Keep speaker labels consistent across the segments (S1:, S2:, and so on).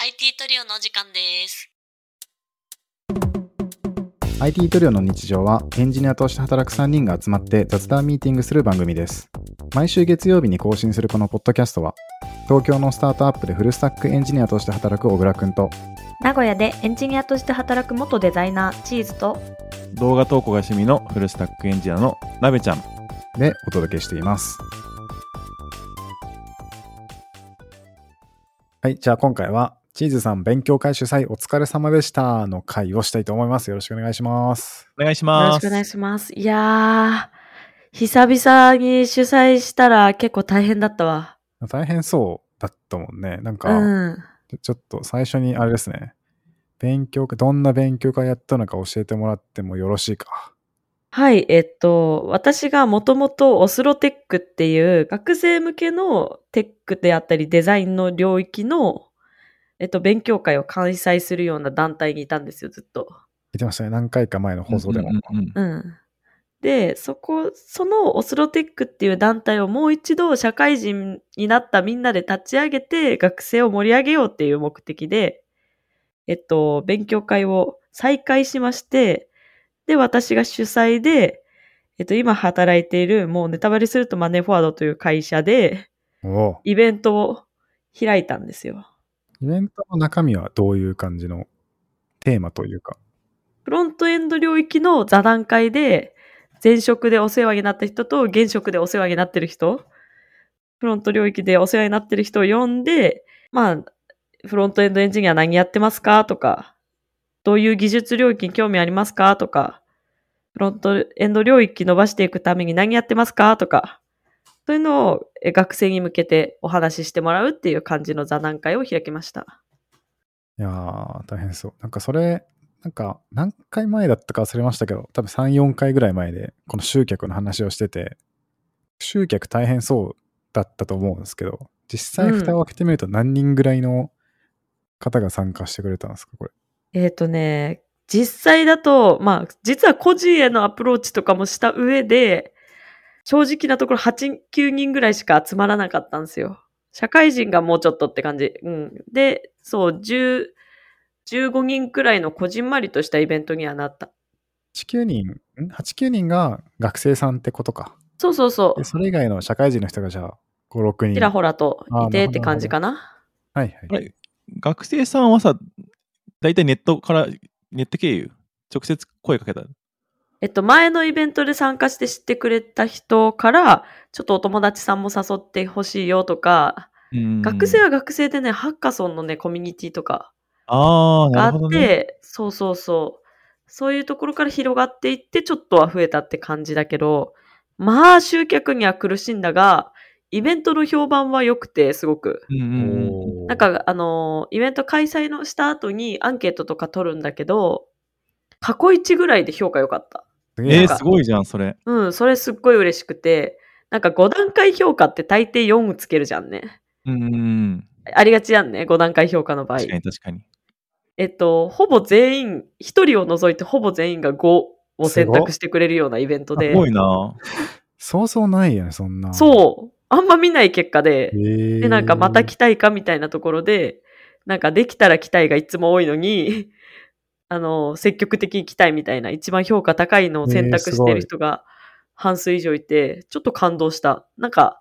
S1: IT トリオのお時間です。
S2: IT トリオの日常はエンジニアとして働く3人が集まって雑談ミーティングする番組です。毎週月曜日に更新するこのポッドキャストは、東京のスタートアップでフルスタックエンジニアとして働く小倉くんと、
S3: 名古屋でエンジニアとして働く元デザイナーチーズと
S4: 動画投稿が趣味のフルスタックエンジニアのなべちゃん
S2: でお届けしています。はい、じゃあ今回は、チーズさん勉強会主催お疲れ様でしたの回をしたいと思います。よろしくお願いします。
S4: お願いし
S3: よろ
S4: ま
S3: しく
S4: す
S3: お願いしますいやー久々に主催したら結構大変だったわ
S2: 大変そうだったもんね。なん
S3: う
S2: か、
S3: ん
S2: ちょちょっと最初にあれですね。勉強会、どんな勉強会やったのか教えてもらってもよろしいか。
S3: はいえっと私がもともとオスロテックっていう学生向けのテックであったりデザインの領域のえっと、勉強会を開催するような団体にいたんですよ、ずっと。
S2: 言ってましたね。何回か前の放送でも。
S4: うんうんうん
S3: うん。で、そこ、そのオスロテックっていう団体をもう一度社会人になったみんなで立ち上げて学生を盛り上げようっていう目的で、えっと、勉強会を再開しまして、で、私が主催で、えっと、今働いている、もうネタバレするとマネーフォワードという会社で、
S2: おう
S3: イベントを開いたんですよ。
S2: イベントの中身はどういう感じのテーマというか。
S3: フロントエンド領域の座談会で、前職でお世話になった人と、現職でお世話になってる人、フロント領域でお世話になってる人を呼んで、まあ、フロントエンドエンジニア何やってますかとか、どういう技術領域に興味ありますかとか、フロントエンド領域伸ばしていくために何やってますかとか、そういうのをえ学生に向けてお話ししてもらうっていう感じの座談会を開きました。
S2: いやー、大変そう。なんかそれ、なんか何回前だったか忘れましたけど、多分3、4回ぐらい前で、この集客の話をしてて、集客大変そうだったと思うんですけど、実際
S3: うん
S2: 蓋を開けてみると何人ぐらいの方が参加してくれたんですか、これ。
S3: えっ、とね、実際だと、まあ、実は個人へのアプローチとかもした上で、正直なところ8、9人ぐらいしか集まらなかったんですよ。社会人がもうちょっとって感じ。うん。で、そう、10、15人くらいのこじんまりとしたイベントにはなった。
S2: 8、9人、ん ?8、9人が学生さんってことか。
S3: そうそうそ
S2: で
S3: う。
S2: それ以外の社会人の人がじゃあ、5、6人。
S3: ちらほらといてって感じかな。
S2: はいはい。
S4: はい学生さんはさ大体ネットからネット経由直接声かけた
S3: えっと、前のイベントで参加して知ってくれた人から、ちょっとお友達さんも誘ってほしいよとか、学生
S4: は
S3: は学生でね、ハッカソンのね、コミュニティとか
S4: ああ
S3: が
S4: な
S3: あ
S4: るほど
S3: って、
S4: ね
S3: そうそうそう。そういうところから広がっていって、ちょっとは増えたって感じだけど、まあ集客には苦しんだが、イベントの評判は良くて、すごく。
S4: うんうんうん
S2: おー
S3: なん、か、あのーイベント開催のした後にアンケートとか取るんだけど、過去1ぐらいで評価良かった。
S2: すげ
S4: え
S2: え
S4: ー、
S2: な
S4: すごいじゃんそれ
S3: うん、それすっごい嬉しくて、なんか5段階評価って大抵4つけるじゃんね。
S4: うんうんうん
S3: ありがちやんね、5段階評価の場合
S4: 確。かに確かに
S3: えっと、ほぼ全員、一人を除いてほぼ全員が5を選択してくれるようなイベント
S4: す
S3: で、
S4: ごいな
S2: そうそうないよね、そんな。
S3: そう、あんま見ない結果
S2: へ
S3: で、
S2: ー
S3: で、なんかまた来たいかみたいなところで、なんかできたら来たいがいつも多いのに、 あの、積極的に来たいみたいな、一番評価高いのを選択してる人が半数以上いて、ちょっと感動した。なんか、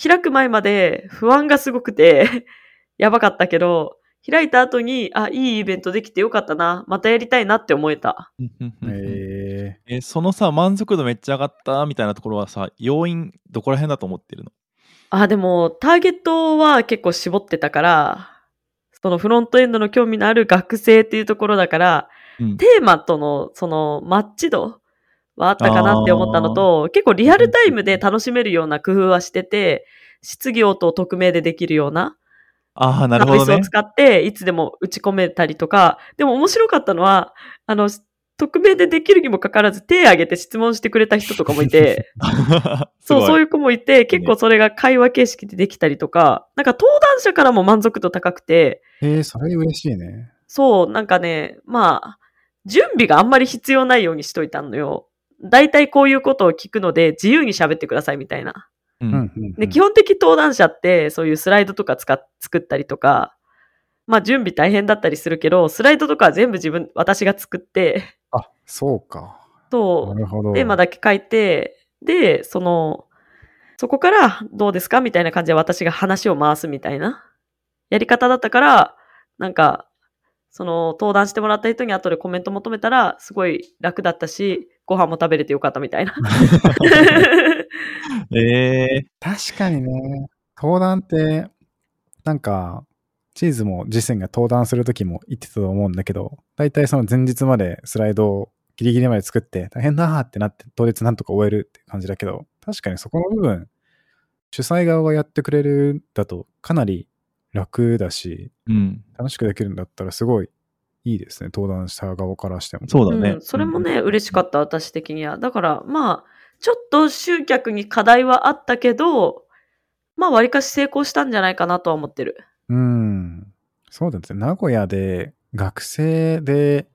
S3: 開く前まで不安がすごくて、 やばかったけど、開いた後に、あ、いいイベントできてよかったな、またやりたいなって思えた。
S4: うんうんうんうん
S2: へ
S4: えそのさ満足度めっちゃ上がったみたいなところはさ要因どこら辺だと思ってるの
S3: あ、でも、ターゲットは結構絞ってたから、そのフロントエンドの興味のある学生っていうところだから、
S4: うん
S3: テーマとのそのマッチ度はあったかなって思ったのと、結構リアルタイムで楽しめるような工夫はしてて、質疑応答を匿名でできるような
S4: ああな
S3: サ
S4: るほ
S3: ービ
S4: ど
S3: スを
S4: ね
S3: 使って、いつでも打ち込めたりとか、でも面白かったのは、あの、匿名でできるにもかかわらず手挙げて質問してくれた人とかもいて、 そう、そう
S4: い
S3: いうう子もいて、結構それが会話形式でできたりとか、なんか登壇者からも満足度高くて、
S2: え。へえ、それ嬉しいね。
S3: そう、なんかね、まあ、準備があんまり必要ないようにしといたのよ。大体こういうことを聞くので、自由に喋ってくださいみたいな。
S4: う
S2: うんんうんうん。
S3: で、基本的登壇者って、そういうスライドとか使っ作ったりとか、まあ準備大変だったりするけど、スライドとかは全部自分、私が作って、
S2: あ、そうか。
S3: と
S2: な、るほど。
S3: テーマだけ書いて、で、その、そこからどうですかみたいな感じで私が話を回すみたいなやり方だったから、なんか、その、登壇してもらった人に後でコメント求めたら、すごい楽だったし、ご飯も食べれてよかったみたいな。
S4: え
S2: 確かにね、登壇って、なんか、チーズも自身が登壇するときも言ってたと思うんだけど、大体その前日までスライドをギリギリまで作って、大変だーってなって、当日なんとか終えるって感じだけど、確かにそこの部分、主催側がやってくれるんだとかなり楽だし、
S4: ー、うん。
S2: 楽しくできるんだったらすごいいいですね、登壇した側からしても。
S4: そうだね。
S3: うん、それもね、嬉しかった、私的には。だから、まあ、ちょっと集客に課題はあったけど、まあ、割かし成功したんじゃないかなとは思ってる。
S2: うん。そうだね。名古屋で学生で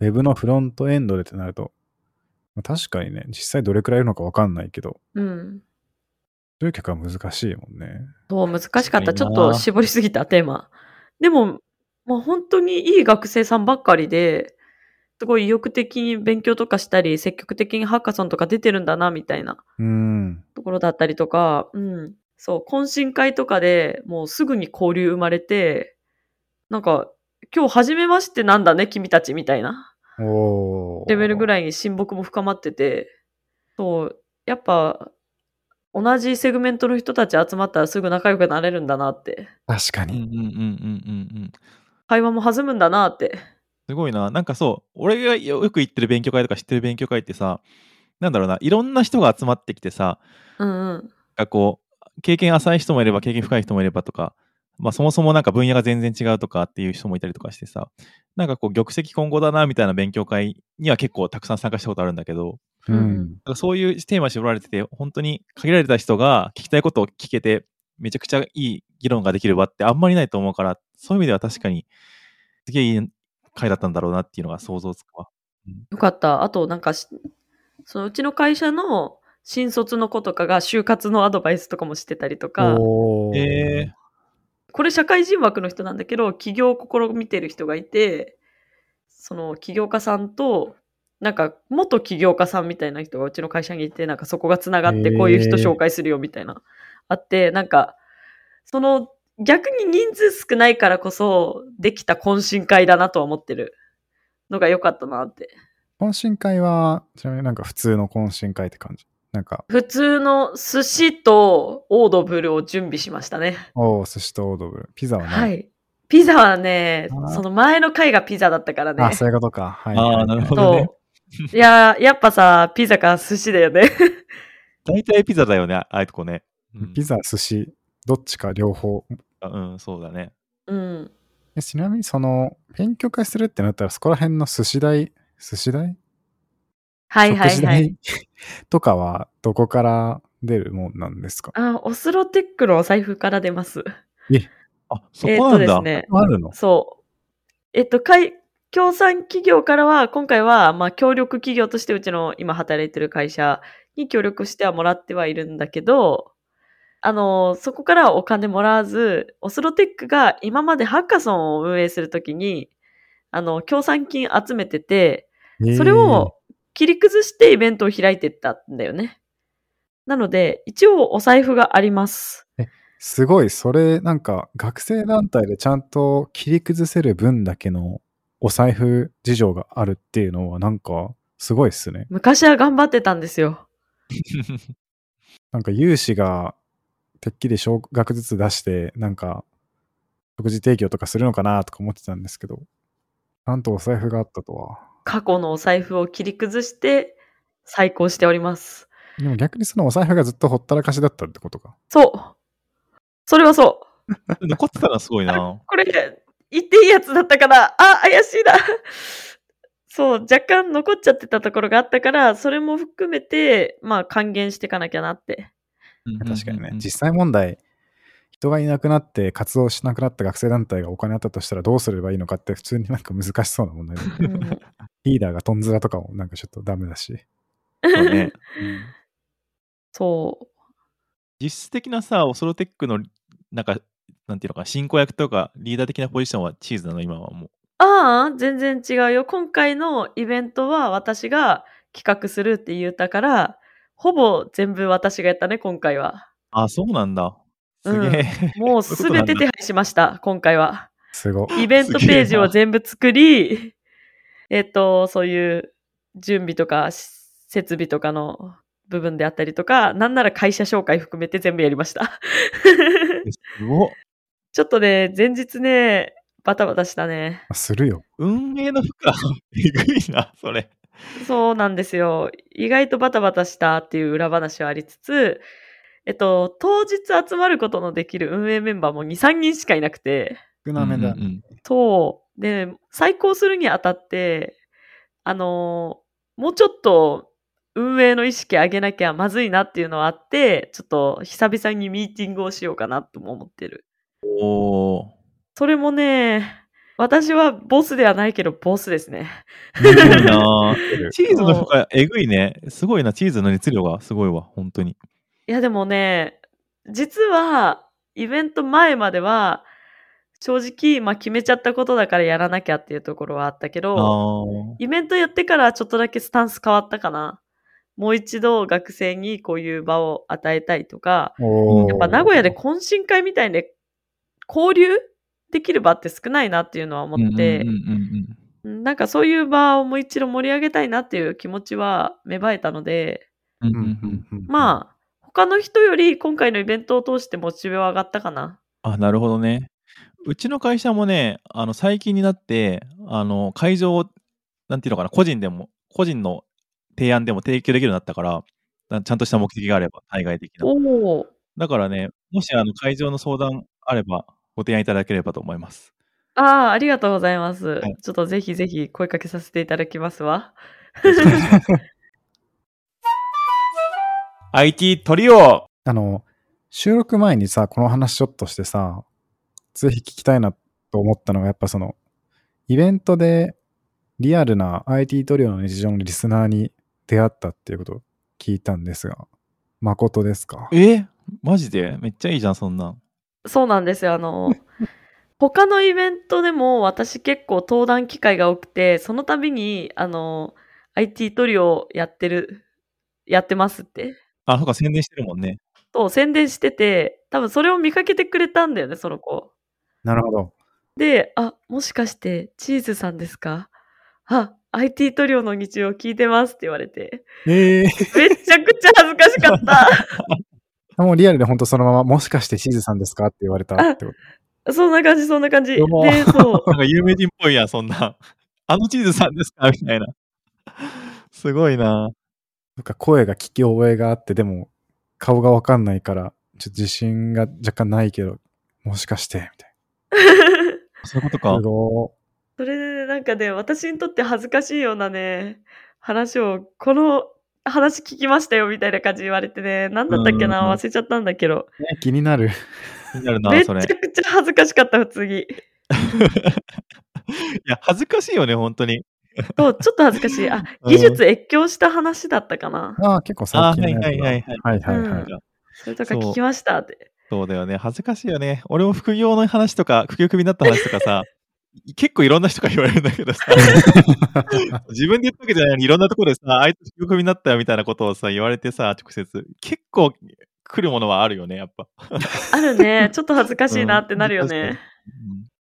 S2: Web のフロントエンドでってなると、まあ確かにね、実際どれくらいいるのかわかんないけど、
S3: うん。
S2: 集客は難しいもんね。
S3: そう、難しかった。
S4: 確
S3: ち
S4: か
S3: ょっ
S4: にな
S3: と絞りすぎた、テーマ。でも、まあ、本当にいい学生さんばっかりで、すごい意欲的に勉強とかしたり、積極的にハッカソンとか出てるんだな、みたいな
S2: うん。
S3: ところだったりとか、うん。そう、懇親会とかでもうすぐに交流生まれて、なんか、今日初めましてなんだね、君たち、みたいな。
S2: お
S3: レベル
S2: ら
S3: ぐ
S2: い。
S3: らいに親睦も深まってて、そう、やっぱ、同じセグメントの人たち集まったらすぐ仲良くなれるんだなって、
S2: 確か
S4: うんうん
S2: に。
S4: うんうんうんうん。
S3: 会話も弾むんだなって。
S4: すごいな。なんかそう、俺がよく行ってる勉強会とか知ってる勉強会ってさ、なんだろうな、いろんな人が集まってきてさ、
S3: うんうん。
S4: なんかこう、経験浅い人もいれば、経験深い人もいればとか、まあそもそもなんか分野が全然違うとかっていう人もいたりとかしてさ、なんかこう、玉石混合だなみたいな勉強会には結構たくさん参加したことあるんだけど、
S3: うん
S2: うん。
S4: なんかそういうテーマ絞られてて、本当に限られた人が聞きたいことを聞けて、めちゃくちゃいい議論ができる場ってあんまりないと思うから、そういう意味では確かに、すげえいい回だったんだろうなっていうのが想像つくわ。
S3: よかった。あと、なんかし、そのうちの会社の新卒の子とかが就活のアドバイスとかもしてたりとか、
S2: おー
S4: え
S3: これ社会人枠の人なんだけど、起業を試みてる人がいて、その起業家さんと、なんか元起業家さんみたいな人がうちの会社にいて、なんかそこがつながっ
S2: へ
S3: て
S2: ー
S3: こういう人紹介するよみたいな、あって、なんか、その逆に人数少ないからこそできた懇親会だなとは思ってるのが良かったなって。
S2: 懇親会は、ちなみになんか普通の懇親会って感じ。なんか、
S3: 普通の寿司とオードブルを準備しましたね。
S2: おー寿司とオードブル。ピザはない。
S3: はい。ピザはね
S2: あー、
S3: その前の回がピザだったからね。
S2: あ、そういうことか。はい。
S4: あーなるほど
S3: そう。
S4: ね
S3: いやー、やっぱさ、ピザか寿司だよね。
S4: ー、大体ピザだよね、ああいうとこね。うん
S2: ピザ、寿司、どっちか両方
S4: うん、そうだね。
S3: うん。
S2: えちなみにその勉強会するってなったらそこら辺の寿司代寿司代
S3: はいはい
S2: 食事
S3: はい。
S2: 代 とかはどこから出るもんなんですか
S3: あ、オスロテックのお財布から出ます。
S4: あ、そ
S3: えーっ
S4: こな
S3: と
S4: ん
S3: です
S4: だ。
S3: ね。
S2: あるの
S3: そう。えっと、会、協賛企業からは、今回は、まあ、協力企業として、うちの今働いてる会社に協力してはもらってはいるんだけど、あの、そこからはお金もらわず、オスロテックが今までハッカソンを運営するときに、あの、協賛金集めてて、それを切り崩してイベントを開いてったんだよね。なので、一応お財布があります。
S2: えーすごいそれなんか学生団体でちゃんと切り崩せる分だけのお財布事情があるっていうのはなんかすごいっすね
S3: 昔は頑張ってたんですよ。
S2: なんか融資がてっきり少額ずつ出して、なんか食事提供とかするのかなとか思ってたんですけど、ちゃんとお財布があったとは。
S3: 過去のお財布を切り崩して再興しております。
S2: でも逆にそのお財布がずっとほったらかしだったってことか。
S3: そう。それはそう。
S4: 残ってたのはすごいな。
S3: これ、言っていいやつだったから、あ、怪しいな。 そう、若干残っちゃってたところがあったから、それも含めて、まあ、還元していかなきゃなって。
S2: 確かにね。
S4: うん
S2: 実際問題、人がいなくなって活動しなくなった学生団体がお金あったとしたらどうすればいいのかって普通になんか難しそうな問題だよね
S3: うん
S2: リーダーがトンズラとかもなんかちょっとダメだし。
S4: そうね。うん
S3: そう。
S4: 実質的なさ、オソロテックのなんかなんていうのか、進行役とかリーダー的なポジションはチーズなの、今はもう。
S3: ああ、全然違うよ。今回のイベントは私が企画するって言ったから、ほぼ全部私がやったね、今回は。
S4: あ、そうなんだ。すげ え。
S3: もうすべて手配しました、今 回は。
S2: すご。
S3: イベント
S4: すげえな
S3: ページを全部作り、 えっと、そういう準備とかし設備とかの部分であったりとか、なんなら会社紹介含めて全部やりました。
S4: すごっ
S3: ちょっとね、前日ね、バタバタしたね。
S2: するよ。
S4: 運営の負荷、 えぐいな、それ。
S3: そうなんですよ。意外とバタバタしたっていう裏話はありつつ、えっと、当日集まることのできる運営メンバーも2、3人しかいなくて、
S2: 少なめだ。
S4: うんうん
S3: そう。で、再考するにあたって、あのーもうちょっと運営の意識上げなきゃまずいなっていうのはあって、ちょっと久々にミーティングをしようかなとも思ってる。
S4: うんおー。
S3: それもね、私はボスではないけど、ボスですね。
S4: すごい な
S2: 見てる
S4: チーズの負荷、えぐいね。すごいな、チーズの熱量がすごいわ、本当に。
S3: いやでもね、実はイベント前までは、正直、まあ、決めちゃったことだからやらなきゃっていうところはあったけ
S4: あ
S3: ど、
S4: ー
S3: イベントやってからちょっとだけスタンス変わったかな。もう一度学生にこういう場を与えたいとか、
S2: おー
S3: やっぱ名古屋で懇親会みたいに交流できる場って少ないなっていうのは思って、
S4: うんうんうんうん
S3: なんかそういう場をもう一度盛り上げたいなっていう気持ちは芽生えたので、
S4: うん
S2: う
S4: うんん
S2: う
S4: うん
S2: んうん
S3: まあ、他の人より今回のイベントを通してモチベは上がったかな。
S4: あ、なるほどね。うちの会社もね、あの最近になって、あの会場を、なんていうのかな、個人でも、個人の提案でも提供できるようになったから、なちゃんとした目的があれば、対外的な。
S3: おお。
S4: だからね、もしあの会場の相談あれば、ご提案いただければと思います。
S3: ああ、ありがとうございます。
S4: い
S3: ちょっとぜひぜひ声かけさせていただきますわ。
S4: IT トリオ
S2: あの、収録前にさ、この話ちょっとしてさ、ぜひ聞きたいなと思ったのが、やっぱその、イベントでリアルな IT トリオの日常のリスナーに出会ったっていうことを聞いたんですが、誠ですか
S4: えマジでめっちゃいいじゃん、そんなん。
S3: そうなんですよ。あの、他のイベントでも私結構登壇機会が多くて、その度に、あの、IT トリをやってる、やってますって。
S4: あ、そうか、宣伝してるもんね。
S3: と宣伝してて、多分それを見かけてくれたんだよね、その子。
S2: なるほど。
S3: で、あ、もしかして、チーズさんですかあ、IT 塗料の日常聞いてますって言われて、
S2: ええ
S3: めっちゃくちゃ恥ずかしかった。
S2: もうリアルで本当そのまま、もしかしてチーズさんですかって言われたってこと。
S3: そんな感じ、そんな感じ。で
S2: うわ、
S3: そう。
S4: なんか有名人っぽいやん、そんなん。 あのチーズさんですかみたいな。すごいな。
S2: なんか声が聞き覚えがあって、でも顔がわかんないから、ちょっと自信が若干ないけど、もしかして、みたい
S4: そういうこと
S2: な。
S4: か
S2: す。ご
S3: それでね、なんかね、私にとって恥ずかしいようなね、話を、この話聞きましたよみたいな感じ言われてね、なんだったっけ
S4: うんうんう
S3: な、
S4: ん
S3: 忘れちゃったんだけど、
S2: いね気になる。
S4: 気になる
S3: め
S4: な、
S3: っち
S4: そ
S3: ゃ
S4: れ。い
S3: くちゃ恥ずかしかった、普 通に。
S4: や、恥ずかしいよね、本当に。
S3: そう、ちょっと恥ずかしい。あ、
S4: うん
S3: 技術越境した話だったかな。
S2: ああ、結構最近のやつだ
S4: あはいはいはい
S2: はいはいはい。
S3: うんそれとか聞きましたって。
S4: そうだよね。恥ずかしいよね。俺も副業の話とか、副業組になった話とかさ、結構いろんな人から言われるんだけど さ、自分で言ったわけじゃないのに、いろんなところでさ、あいつ副業組になったよみたいなことをさ、言われてさ、直接。結構来るものはあるよね、やっぱ。
S3: あるね。ちょっと恥ずかしいなってなるよ
S4: うん
S3: ね。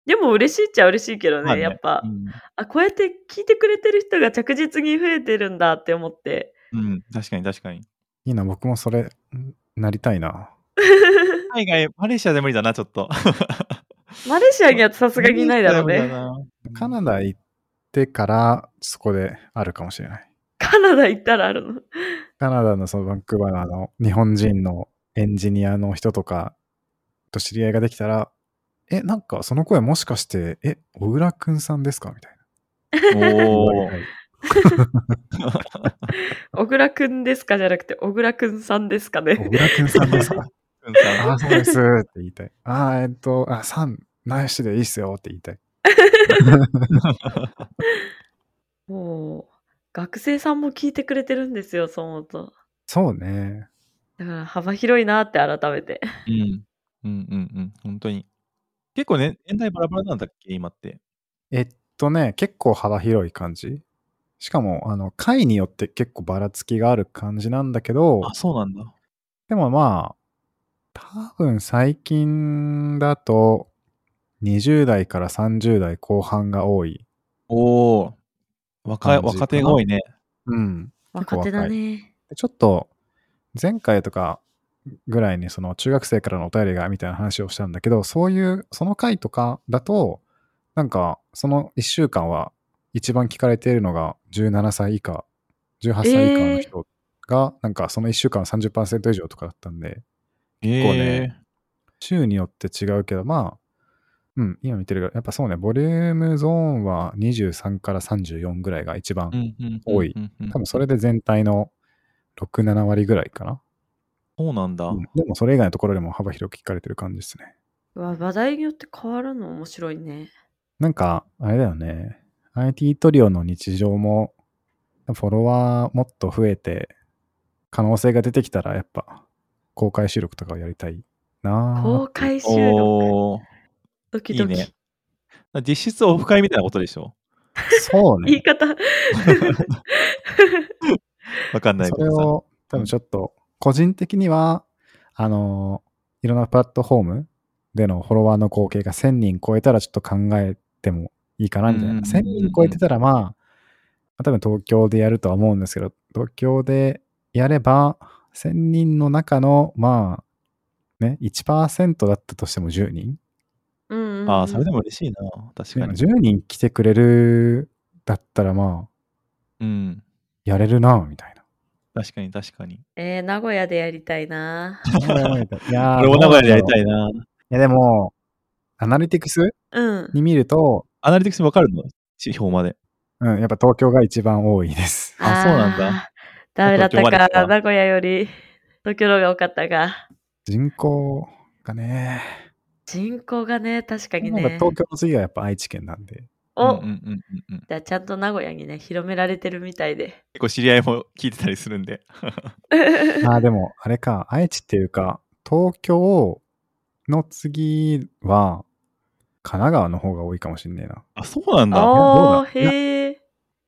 S3: でも嬉しいっちゃ嬉しいけど
S4: まあ
S3: ね、
S4: ね
S3: やっぱ
S4: う。ん
S3: あ、こうやって聞いてくれてる人が着実に増えてるんだって思って。
S4: うん、確かに確かに。
S2: いいな、僕もそれ、んなりたいな。
S4: 海外、マレーシアで無理だな、ちょっと。
S3: マレーシアにはさすがにいないだろう
S4: マレーシ
S3: ね。
S4: アは無理だな。
S2: カナダ行ってから、そこであるかもしれない。
S3: カナダ行ったらあるの。
S2: カナダのそのバンクーバーのあの、日本人のエンジニアの人とかと知り合いができたら、え、なんかその声もしかして、え、小倉くんさんですかみたいな。
S4: おー。
S3: 小倉くんですかじゃなくて、小倉くんさんですかね
S2: 小。倉くんさんです か
S4: う
S2: あ
S4: んさ
S2: あ、そうですって言いたい。ああ、えっと、あ、さん、ないしでいいっすよって言いたい。
S3: もう、学生さんも聞いてくれてるんですよ、そう思うと。
S2: そうね。
S3: だから幅広いなって改めて。
S4: うんうんうんうん、本当に。結構ね、年代バラバラなんだっけ、今って。
S2: えっとね、結構幅広い感じ。しかも、あの、回によって結構ばらつきがある感じなんだけど、
S4: あ、そうなんだ。
S2: でもまあ、多分最近だと、20代から30代後半が多い。
S4: おお。若い、
S2: 感じかな
S4: 若手が多いね。
S2: うん。
S3: 若手だね。
S2: でちょっと、前回とかぐらいに、その中学生からのお便りがみたいな話をしたんだけど、そういう、その回とかだと、なんか、その1週間は、一番聞かれているのが、17歳以下、18歳以下の人が、なんか、その1週間は30%以上とかだったんで、
S4: 結
S2: 構ね。週によって違うけど、まあ、うん、今見てるけど、やっぱそうね、ボリュームゾーンは23から34ぐらいが一番、
S4: うんうんうんうん
S2: 多い。多分それで全体の6、7割ぐらいかな。
S4: そうなんだ。
S2: うんでもそれ以外のところでも幅広く聞かれてる感じですね。
S3: うわ話題によって変わるの面白いね。
S2: なんか、あれだよね、IT トリオの日常も、フォロワーもっと増えて、可能性が出てきたら、やっぱ、公開収録とかをやりたいなー
S3: 公
S2: っていう
S3: 開収録。
S4: おお。
S3: ドキドキ。
S4: いいね実質オフ会みたいなことでしょ
S2: そうね。
S3: 言い方。
S4: わかんない
S2: そ
S4: け
S2: れ
S4: どさ。
S2: を多分ちょっと個人的には、あのいろんなプラットフォームでのフォロワーの合計が1000人超えたらちょっと考えてもいいかなみたいな、
S4: うん
S2: 1000人超えてたらまあ、まあ多分東京でやるとは思うんですけど東京でやれば1000人の中のまあね1%だったとしても10人
S3: うんうんうん
S4: ああ、それでも嬉しいな。確かに。
S2: 10人来てくれるだったらまあ
S4: うん。
S2: やれるなみ たいな。
S4: 確かに、確かに。
S3: えー、名古屋でやりたいな。
S2: いやー
S4: 俺も名古屋でやりたいな。
S2: いやでも、アナリティクス
S3: うん。
S2: に見ると、
S4: アナリティクスわかるの地表まで。
S2: うん、やっぱ東京が一番多いです。
S4: あそうなんだ
S3: あー。ダメだった
S4: 東京まで来
S3: か、
S4: た
S3: 名古屋より東京の方が多かったか。
S2: 人口がね、
S3: 人口がね、確かに
S2: なんか
S3: ね。
S2: 東京の次はやっぱ愛知県なんで、
S4: う
S3: お、
S4: んうんうんうんうん
S3: じゃあちゃんと名古屋にね、広められてるみたい で。
S4: 結構知り合いも聞いてたりするんで。
S2: ああ、でもあれか、愛知っていうか、東京の次は神奈川の方が多いかもしんねえな。
S4: あ、そうなんだ。
S2: いやどうだ
S3: おー、へえ。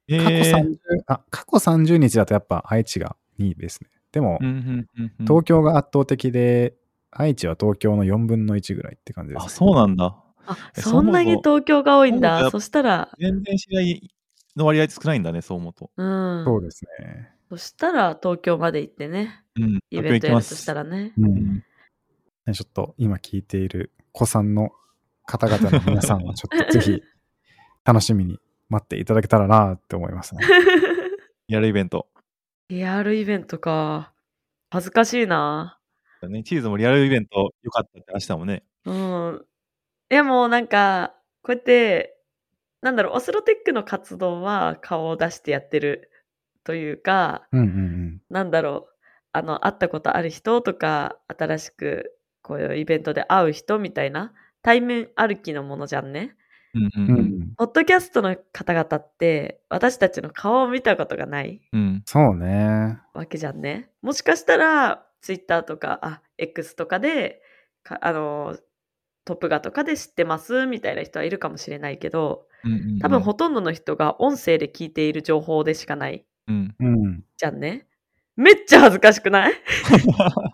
S4: へ
S2: 過去
S4: ー
S2: 30, あ過去30日だとやっぱ愛知が2位ですね。でも、
S4: うんうんうんうん
S2: 東京が圧倒的で、愛知は東京の4分の1ぐらいって感じです、
S4: あ、そうなんだ。
S3: あ、
S4: え
S3: そんなに東京が多いん
S4: そう思
S3: だ。
S4: うと
S3: そしたら、
S4: 全然知り合いの割合少ないんだね、そう思うと。
S3: うん。
S2: そうですね。
S3: そしたら東京まで行ってね、
S4: うん。
S3: イ
S4: 東京
S3: ベント
S4: 行き
S3: や
S4: ま
S3: るとし
S4: す
S3: た。らね。
S2: う
S4: うんん
S2: ねちょっと今聞いている子さんの方々の皆さんはちょっとぜひ楽しみに待っていただけたらなって思いますね。
S4: やるイベント。
S3: リアルイベントか。恥ずかしいな。
S4: ね、チーズもリアルイベント良かったって話だもんね。
S3: うん。でもなんか、こうやって、なんだろう、オスロテックの活動は顔を出してやってるというか、
S2: うんうんうん。
S3: なんだろう、あの、会ったことある人とか、新しくこういうイベントで会う人みたいな、対面歩きのものじゃんね。
S4: うんう
S2: うん
S4: ん
S2: う
S4: うん。
S2: ん、
S3: ポッドキャストの方々って、私たちの顔を見たことがない
S4: うん。
S2: そうね。
S3: わけじゃんね。もしかしたら、ツイッターとか、あ、X とかで、かあの、トップガとかで知ってますみたいな人はいるかもしれないけど、
S4: うんうんうん
S3: 多分ほとんどの人が音声で聞いている情報でしかない
S4: うん。
S2: うん。
S3: じゃんね。めっちゃ恥ずかしくない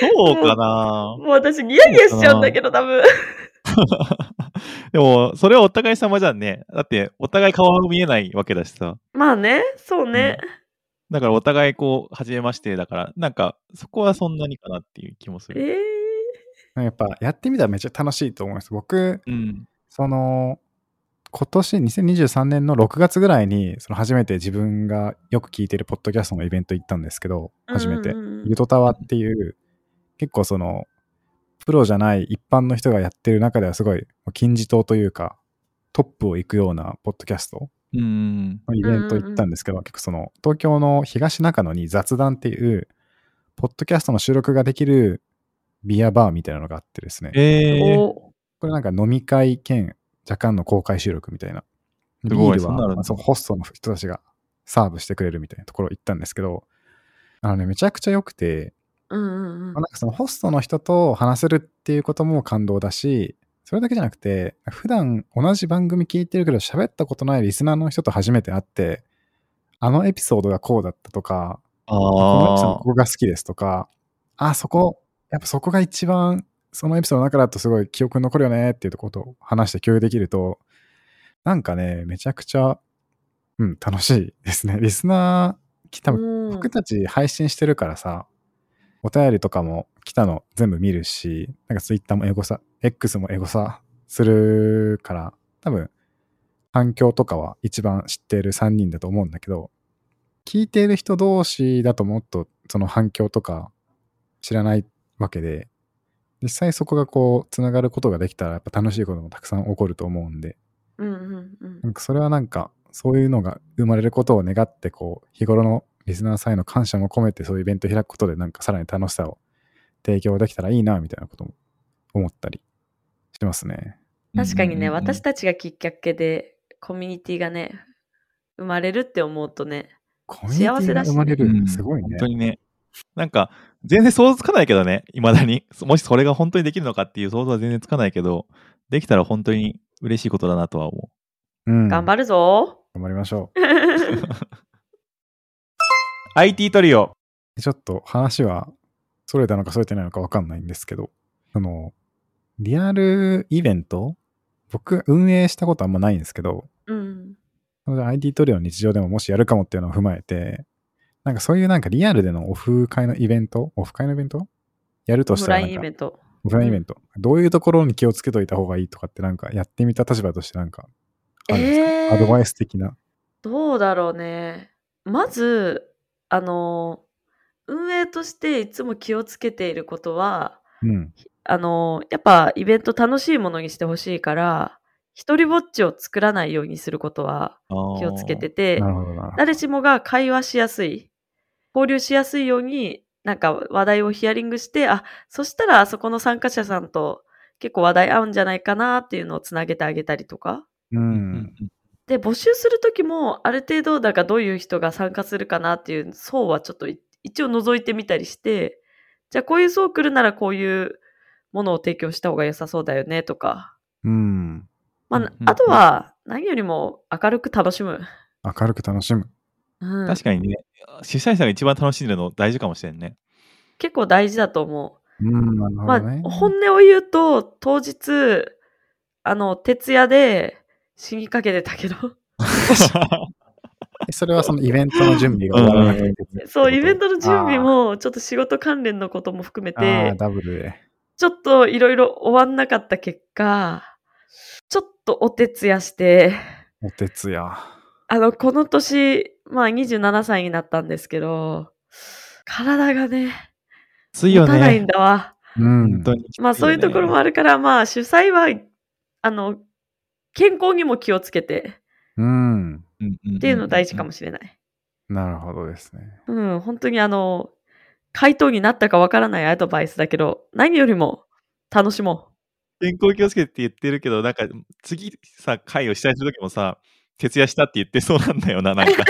S4: そうかな
S3: もう私ニヤニヤしちゃうんだけど、多分。
S4: でも、それはお互い様じゃんね。だって、お互い顔が見えないわけだしさ。
S3: まあね、そうね。
S4: だから、お互いこう、初めましてだから、なんか、そこはそんなにかなっていう気もす
S3: え
S4: る。
S3: ー
S2: やっぱやってみたらめっちゃ楽しいと思います。僕、
S4: うん。
S2: その、今年2023年の6月ぐらいに、その初めて自分がよく聞いてるポッドキャストのイベント行ったんですけど、初めて
S3: うん。うんうん
S2: ゆとたわっていう、結構その、プロじゃない一般の人がやってる中ではすごい、金字塔というか、トップを行くようなポッドキャスト
S4: うん。
S2: のイベント行ったんですけど、結構その、東京の東中野に雑談っていう、ポッドキャストの収録ができるビアバーみたいなのがあってですね、
S4: えー、
S3: お
S2: これなんか飲み会兼若干の公開収録みたいな。
S4: す
S2: ビ
S4: ごい
S2: ール
S4: そんなのあ
S2: は
S4: るんだ
S2: まあそうホストの人たちがサーブしてくれるみたいなところ行ったんですけど、あのね、めちゃくちゃ良くて、
S3: うんうんう
S2: まあ
S3: ん
S2: なんかそのホストの人と話せるっていうことも感動だし、それだけじゃなくて、普段同じ番組聞いてるけど、喋ったことないリスナーの人と初めて会って、あのエピソードがこうだったとか、このエピソード
S4: あ
S2: ここが好きですとか、あ、そこ、やっぱそこが一番、そのエピソードの中だとすごい記憶に残るよねっていうとことを話して共有できると、なんかね、めちゃくちゃ、うん、楽しいですね。リスナー来た、
S3: うん
S2: 僕たち配信してるからさ、お便りとかも来たの全部見るし、なんかツイッターもエゴサ、X もエゴサするから、多分、反響とかは一番知っている3人だと思うんだけど、聞いている人同士だともっとその反響とか知らないわけで、実際そこがこう、つながることができたら、やっぱ楽しいこともたくさん起こると思うんで、
S3: うんうんうん
S2: なんかそれはなんかそういうのが生まれることを願ってこう日頃のリスナーさんへの感謝も込めてそういうイベントを開くことでなんかさらに楽しさを提供できたらいいなみたいなことも思ったりしますね。
S4: ー
S3: 確かにね、
S4: うんうんうん
S3: 私たちがきっかけでコミュニティがね、生まれるって思うとね、
S2: コミュニティが生まれ
S4: う
S2: る
S4: ん
S2: すごいね
S4: 本当。にね。なんか、全然想像つかないけどね、いまだに。 もしそれが本当にできるのかっていう想像は全然つかないけど、できたら本当に嬉しいことだなとは 思
S2: うん頑
S3: 頑
S2: 張
S3: 張るぞ、
S2: りましょ
S4: う。IT トリオ。
S2: う。ちょっと話はそれたのかそれてないのかわかんないんですけど、そのリアルイベント僕運営したことあんまないんですけど、
S3: うん。
S2: なので IT トリオの日常でももしやるかもっていうのを踏まえて、なんかそういうなんかリアルでのオフ会のイベント、オフ会のイベントやると
S3: オ
S2: し
S3: フ
S2: た
S3: ラ
S2: らな
S3: イン
S2: ん
S3: イ
S2: か
S3: ベント。
S2: オフラインイベント、どういうところに気をつけといた方がいいとかってなんかやってみた立場としてなんかあるんですか、
S3: えー
S2: アドバイス的な。
S3: どうだろうね。まず、あの、運営としていつも気をつけていることは、
S2: うん。
S3: あの、やっぱイベント楽しいものにしてほしいから、一人ぼっちを作らないようにすることは気をつけてて
S2: な、るほどなるほど。
S3: 誰しもが会話しやすい、交流しやすいように、なんか話題をヒアリングして、あ、そしたらあそこの参加者さんと結構話題合うんじゃないかなっていうのをつなげてあげたりとか。
S2: う
S4: うんん。。
S3: で、募集するときも、ある程度、なんかどういう人が参加するかなっていう層はちょっとい一応覗いてみたりして、じゃあこういう層来るならこういうものを提供した方が良さそうだよねとか。
S2: うん。
S3: まあ、
S4: うんうんうん
S3: あとは何よりも明るく楽しむ。
S2: 明るく楽しむ。
S3: うん、
S4: 確かにね、主催者が一番楽しんでるの大事かもしれん ね。
S3: 結構大事だと思う。
S2: うん、なるほ
S3: ま
S2: ど
S3: あ、
S2: ね。
S3: 本音を言うと、当日、あの、徹夜で死にかけてたけど、
S2: それはそのイベントの準備が終わらなくて。
S3: そう、イベントの準備も、ちょっと仕事関連のことも含め
S2: あー。あ
S3: て
S2: ー、ダブルで。
S3: ちょっといろいろ終わんなかった結果、ちょっとお徹夜して、
S2: おてつや。
S3: あの、この年、まあ27歳になったんですけど、体がね、
S4: ついよ
S3: 持たないん
S4: ね。
S3: だわ。
S2: うん。
S4: 本当に。
S3: まあそういうところもあるから、まあ主催は、あの、健康にも気をつけて
S2: うん。
S4: っ
S3: っていうの大事かもしれない。
S2: なるほどですね。
S3: うん、本当にあの、回答になったかわからないアドバイスだけど、何よりも楽しも
S4: 健康気をつけてって言ってるけど、なんか次さ、会を主催するときもさ、徹夜したって言ってそうなんだよな、 なんか。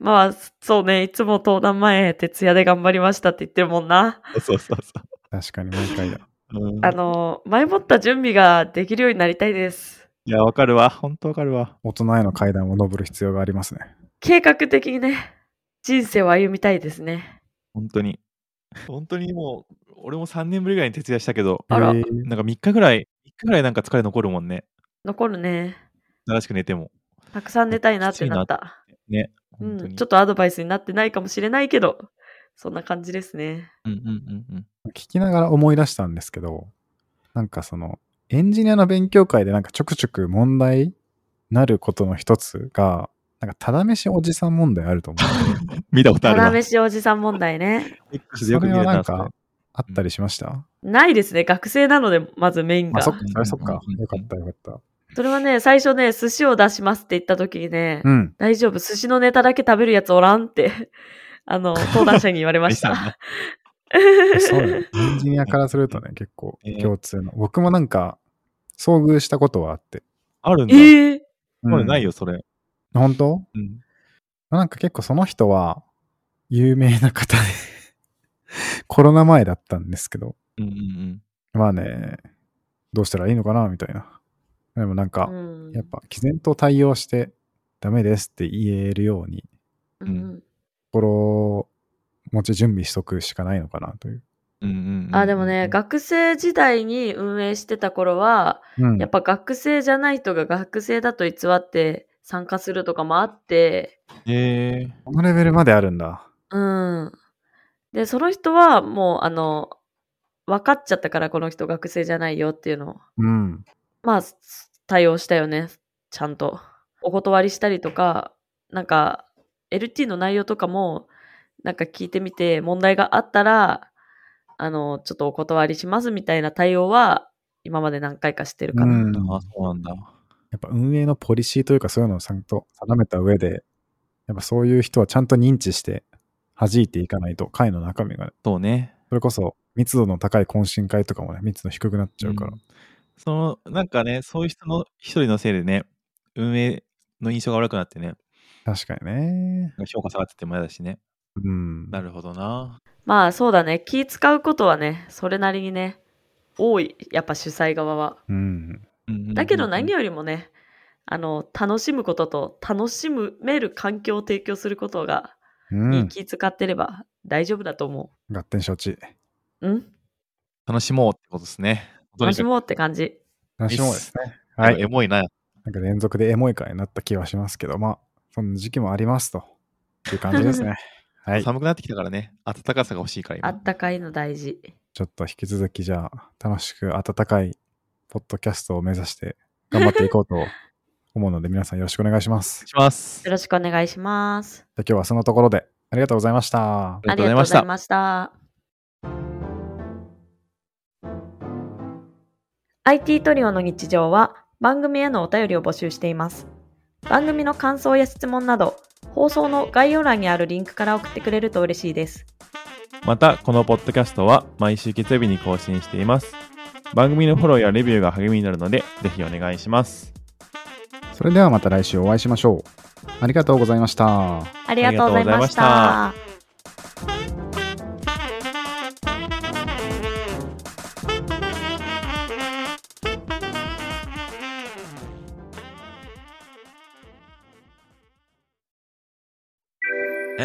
S3: う。まあ、そうね、いつも登壇前、徹夜で頑張りましたって言ってるもんな。
S4: そうそうそ
S2: 確かに毎回だ。
S4: う。うん
S3: あの、前もった準備ができるようになりたいです。
S4: いや、わかるわ。本当わかるわ。
S2: 大人への階段を登る必要がありますね。
S3: 計画的にね、人生を歩みたいですね。
S4: 本当に。本当にもう、俺も3年ぶりぐらいに徹夜したけど、
S3: あら
S2: えー
S4: なんか3日ぐらい、3日ぐらいなんか疲れ残るもんね。
S3: 残るね。
S4: 正しく寝ても。
S3: たくさん寝たいなってなった。
S4: ね。
S3: う
S4: 本当
S3: ん、
S4: に。
S3: ちょっとアドバイスになってないかもしれないけど、そんな感じですね。
S4: うんうんうんうん。
S2: 聞きながら思い出したんですけど、なんかその、エンジニアの勉強会でなんかちょくちょく問題なることの一つが、なんか、ただ飯おじさん問題あると思 う。
S4: 見たことあ
S3: た
S4: るわ
S3: だ。飯おじさん問題ね。
S4: X で
S2: そ
S4: よく
S2: れ
S4: 見
S2: は
S4: る
S2: な
S4: なん
S2: か、あったりしました、
S3: ないですね。学生なので、まずメインが。
S2: あ、そっか、それそっか
S4: うんうん。うん
S2: よかった、よかった。
S3: それはね、最初ね、寿司を出しますって言った時にね、
S2: うん。
S3: 大丈夫、寿司のネタだけ食べるやつおらんって、 あの、登壇者に言われまし
S4: でした
S3: た。
S2: そうよエンジニアからするとね、結構
S4: えー
S2: 共通の。僕もなんか、遭遇したことはあって。
S4: あるん
S3: え
S4: だ。
S3: ー、
S2: うん
S4: これないよ、それ。
S2: 本当
S4: うん。
S2: なんか結構その人は有名な方で コロナ前だったんですけど
S4: うんうんうん。
S2: まあねどうしたらいいのかなみたいな。でもなんか、
S3: うん
S2: やっぱ毅然と対応してダメですって言えるように
S3: うんうん
S2: 心持ち準備しとくしかないのかなという。
S4: うんうんうん
S3: あでもね、学生時代に運営してた頃は、
S2: うん
S3: やっぱ学生じゃない人が学生だと偽って参加するとかもあって、
S4: へえ
S2: このレベルまであるんだ。
S3: うん。で、その人はもう、あの、分かっちゃったから、この人学生じゃないよっていうのを。
S2: うん。
S3: まあ、す対応したよね、ちゃんと。お断りしたりとか、なんか、LT の内容とかも、なんか聞いてみて、問題があったら、あの、ちょっとお断りしますみたいな対応は、今まで何回かしてるか
S2: う
S3: な。
S2: ん、
S4: あそうなんだ
S2: やっぱ運営のポリシーというかそういうのをちゃんと定めた上で、やっぱそういう人はちゃんと認知して弾いていかないと会の中身が、
S4: そうね
S2: それこそ密度の高い懇親会とかもね、密度低くなっちゃうから。
S4: んそのなんかねそういう人の一人のせいでね運営の印象が悪くなってね
S2: 確かにね。
S4: 評価下がってても嫌だしね
S2: うん。
S4: なるほどな
S3: まあ、そうだね。気使うことはね、それなりにね、多い。やっぱ主催側は。
S2: うん。
S3: だけど何よりもね、あの、楽しむことと、楽しめる環境を提供することが、
S2: う
S3: に
S2: ん。
S3: 気使ってれば大丈夫だと思
S2: 合点承知。
S3: う。うん
S4: 楽しもうってことですね。
S3: 楽しもうって感じ。
S2: 楽しもうですね。
S4: は。
S2: はい
S4: エ
S2: い。
S4: モいな。
S2: なんか連続でエモい回になった気はしますけど、まあ、その時期もありますという感じです ね。はい。
S4: 寒くなってきたからね。暖かさが欲しいから
S3: あ
S4: 今。
S3: ったかいの大事。
S2: ちょっと引き続きじゃあ楽しく温かいポッドキャストを目指して頑張っていこうと思うので皆さんよろしくお願いします。じ
S4: します。
S3: よろしくお願いします。
S2: ゃあ今日はそのところでありがとうございました。
S4: あ
S3: あ
S4: りがと
S3: りがと
S4: う
S3: う
S4: ござ
S3: ござ
S4: い
S3: い
S4: ま
S3: ました。IT トリオの日常は番組へのお便りを募集しています。番組の感想や質問など、放送の概要欄にあるリンクから送ってくれると嬉しいです。
S4: また、このポッドキャストは毎週月曜日に更新しています。番組のフォローやレビューが励みになるので、ぜひお願いします。
S2: それではまた来週お会いしましょう。ありがとうございました。
S3: ありがとうござ
S4: あ
S3: い
S4: りがとうございま
S3: ま
S4: し
S3: したた。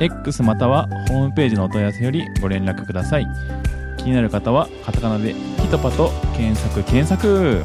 S4: X またはホームページのお問い合わせよりご連絡ください。気になる方は、カタカナで、キトパと検索、検索。